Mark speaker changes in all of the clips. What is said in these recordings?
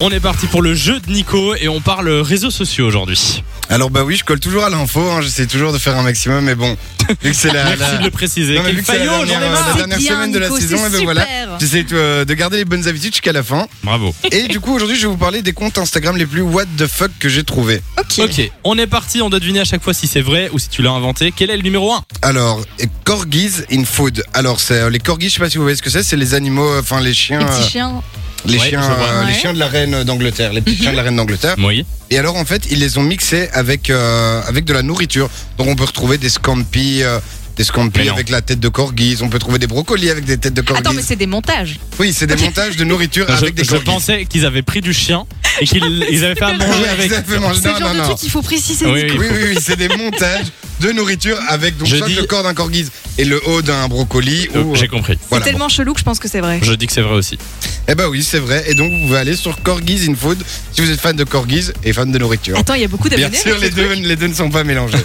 Speaker 1: On est parti pour le jeu de Nico et on parle réseaux sociaux aujourd'hui.
Speaker 2: Alors bah oui, je colle toujours à l'info, hein, j'essaie toujours de faire un maximum, mais bon, vu que c'est la,
Speaker 1: Merci
Speaker 2: la-
Speaker 1: de le préciser.
Speaker 2: Ah Non, mais
Speaker 1: Quel
Speaker 2: vu que c'est la
Speaker 1: faillot, j'en ai
Speaker 2: dernière, la
Speaker 1: marre.
Speaker 2: dernière
Speaker 3: C'est bien,
Speaker 2: semaine de la
Speaker 3: Nico,
Speaker 2: saison,
Speaker 3: c'est
Speaker 2: et ben voilà,
Speaker 3: super.
Speaker 2: j'essaie de, de garder les bonnes habitudes jusqu'à la fin.
Speaker 1: Bravo.
Speaker 2: Et du coup, aujourd'hui, je vais vous parler des comptes Instagram les plus what the fuck que j'ai trouvé.
Speaker 3: Ok.
Speaker 1: Ok, on est parti, on doit deviner à chaque fois si c'est vrai ou si tu l'as inventé. Quel est le numéro 1
Speaker 2: Alors, et corgis in food. Alors, c'est euh, les corgis, je sais pas si vous voyez ce que c'est, c'est les animaux, euh, enfin les chiens,
Speaker 3: Les
Speaker 2: euh,
Speaker 3: petits chiens.
Speaker 2: les
Speaker 1: Ouais,
Speaker 2: chiens,
Speaker 1: je vois.
Speaker 2: euh, les
Speaker 3: Ouais. Mhm.
Speaker 2: chiens de la reine d'Angleterre, les petits chiens de la reine d'Angleterre.
Speaker 1: Oui.
Speaker 2: Et alors en fait, ils les ont mixés avec euh, avec de la nourriture. Donc on peut retrouver des scampis, euh, des
Speaker 1: Mais
Speaker 2: scampis
Speaker 1: non.
Speaker 2: avec la tête de corgis. On peut trouver des brocolis avec des têtes de corgis.
Speaker 3: Attends, mais c'est des montages.
Speaker 2: Oui, c'est des montages de nourriture
Speaker 1: Je,
Speaker 2: avec des
Speaker 1: je
Speaker 2: corgis.
Speaker 1: pensais qu'ils avaient pris du chien et qu'ils ils avaient fait à manger
Speaker 2: Ouais,
Speaker 1: avec.
Speaker 2: exactement.
Speaker 3: C'est le
Speaker 2: Non,
Speaker 3: genre
Speaker 2: non,
Speaker 3: de
Speaker 2: non.
Speaker 3: truc qu'il faut préciser.
Speaker 1: Oui,
Speaker 3: Nico.
Speaker 1: oui.
Speaker 2: Oui, oui, oui, c'est des montages de nourriture avec donc
Speaker 1: Je
Speaker 2: soit
Speaker 1: dis-
Speaker 2: le corps d'un corgis et le haut d'un brocoli.
Speaker 1: Euh,
Speaker 2: ou,
Speaker 1: J'ai compris.
Speaker 3: C'est
Speaker 2: voilà.
Speaker 3: tellement chelou que je pense que c'est vrai.
Speaker 1: Je dis que c'est vrai aussi.
Speaker 2: Eh ben oui, c'est vrai. Et donc vous pouvez aller sur Corgis in Food si vous êtes fan de corgis et fan de nourriture.
Speaker 3: Attends, il y a beaucoup
Speaker 2: Bien
Speaker 3: d'abonnés.
Speaker 2: sûr, les deux, les deux ne sont pas mélangés.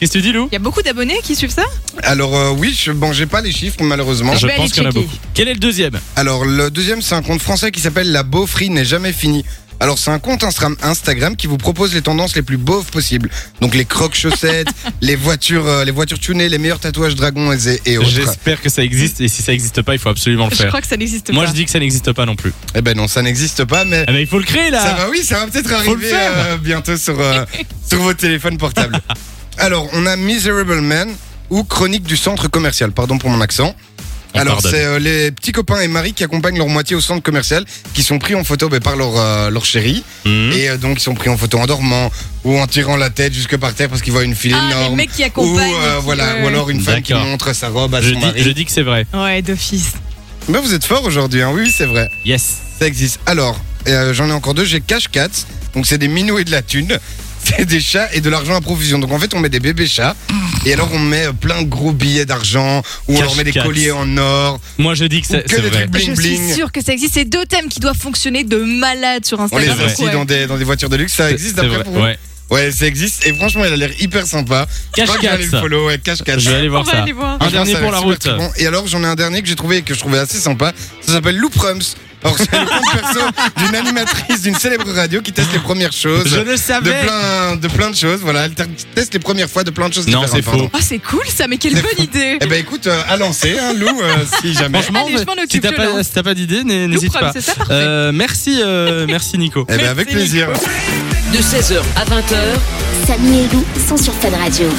Speaker 1: Qu'est-ce que tu dis, Lou
Speaker 3: Il y a beaucoup d'abonnés qui suivent ça
Speaker 2: Alors euh, oui, je bon, j'ai pas les chiffres malheureusement.
Speaker 3: Je
Speaker 1: Je
Speaker 3: vais
Speaker 1: pense
Speaker 3: aller
Speaker 1: qu'il y en a
Speaker 3: checker.
Speaker 1: beaucoup. Quel est le deuxième
Speaker 2: Alors le deuxième, c'est un compte français qui s'appelle La Beaufrie n'est jamais fini. Alors c'est un compte Instra- Instagram qui vous propose les tendances les plus beauves possibles. Donc les crocs chaussettes, les voitures, euh, les voitures tunées, les meilleurs tatouages dragons et, et autres.
Speaker 1: J'espère que ça existe et si ça n'existe pas, il faut absolument le
Speaker 3: Je
Speaker 1: faire.
Speaker 3: crois que ça n'existe pas.
Speaker 1: Moi, je dis que ça n'existe pas non plus.
Speaker 2: Eh ben non, ça n'existe pas, mais
Speaker 1: Ah, mais il faut le créer là
Speaker 2: ça va, oui, ça va peut-être arriver
Speaker 1: faire.
Speaker 2: euh, bientôt sur euh, sur vos téléphones portables. Alors on a Miserable Man ou Chronique du centre commercial. Pardon pour mon accent.
Speaker 1: On
Speaker 2: Alors
Speaker 1: pardonne.
Speaker 2: c'est euh, les petits copains et Marie qui accompagnent leur moitié au centre commercial, qui sont pris en photo ben, par leur euh, leur chérie.
Speaker 1: Hmm.
Speaker 2: Et euh, donc ils sont pris en photo en dormant ou en tirant la tête jusque par terre parce qu'ils voient une file
Speaker 3: Ah, les
Speaker 2: énorme.
Speaker 3: mecs qui
Speaker 2: Ou,
Speaker 3: accompagnent.
Speaker 2: euh,
Speaker 3: et qui,
Speaker 2: voilà,
Speaker 3: euh,
Speaker 2: ou alors une femme qui
Speaker 1: D'accord.
Speaker 2: montre sa robe à
Speaker 1: Je
Speaker 2: son
Speaker 1: dis,
Speaker 2: mari.
Speaker 1: je dis que c'est vrai.
Speaker 3: Ouais, d'office.
Speaker 2: Mais vous êtes fort aujourd'hui, hein. oui, oui, c'est vrai.
Speaker 1: Yes.
Speaker 2: Ça existe. Alors, euh, j'en ai encore deux, j'ai Cash Cats, donc c'est des minous et de la thune. C'est des chats et de l'argent à profusion. Donc en fait, on met des bébés chats et alors on met euh, plein de gros billets d'argent ou on
Speaker 1: Cash
Speaker 2: leur met des
Speaker 1: Cats.
Speaker 2: colliers en or.
Speaker 1: Moi, je dis que c'est
Speaker 2: que
Speaker 1: c'est
Speaker 2: des
Speaker 1: vrai.
Speaker 2: trucs Bling,
Speaker 3: je
Speaker 2: bling.
Speaker 3: suis sûre que ça existe. C'est deux thèmes qui doivent fonctionner de malade sur
Speaker 2: On les
Speaker 3: Instagram.
Speaker 1: vrai.
Speaker 2: investit
Speaker 3: Ouais.
Speaker 2: dans des, dans des voitures de luxe. Ça existe
Speaker 1: C'est
Speaker 2: d'après
Speaker 1: vrai,
Speaker 2: vous
Speaker 1: Ouais.
Speaker 2: Ouais, ça existe. Et franchement, il a l'air hyper sympa. Je
Speaker 1: Cache
Speaker 2: crois que je vais aller le
Speaker 1: ça.
Speaker 2: follow, ouais, Cash Cats.
Speaker 1: Je vais aller
Speaker 3: On
Speaker 1: voir
Speaker 3: va
Speaker 1: ça.
Speaker 3: aller voir.
Speaker 1: Un
Speaker 2: Franchement,
Speaker 1: dernier
Speaker 2: ça a
Speaker 1: pour la
Speaker 2: l'air
Speaker 1: route.
Speaker 2: super bon. Et alors, j'en ai un dernier que j'ai trouvé et que je trouvais assez sympa. Ça s'appelle Looprums. Alors, c'est le compte perso d'une animatrice d'une célèbre radio qui teste les premières choses.
Speaker 1: Je le
Speaker 2: de
Speaker 1: savais.
Speaker 2: plein, de plein de choses, voilà. Elle teste les premières fois de plein de choses.
Speaker 1: Non,
Speaker 2: différentes,
Speaker 1: c'est faux.
Speaker 2: pardon.
Speaker 3: Ah, c'est cool ça, mais quelle bonne idée.
Speaker 2: Eh ben écoute, euh, à lancer, hein, Lou, euh, si jamais.
Speaker 1: Franchement,
Speaker 3: Allez, je m'en
Speaker 1: si
Speaker 3: occupe,
Speaker 1: t'as
Speaker 3: je
Speaker 1: pas,
Speaker 3: lance.
Speaker 1: si t'as pas d'idée, n'hé- n'hésite
Speaker 3: Louprem,
Speaker 1: pas.
Speaker 3: c'est ça, parfait.
Speaker 1: Euh, merci, euh, merci Nico.
Speaker 2: Eh ben avec
Speaker 3: Merci,
Speaker 2: plaisir.
Speaker 4: de 16h à 20h.
Speaker 5: Samy et Lou sont sur Fan Radio.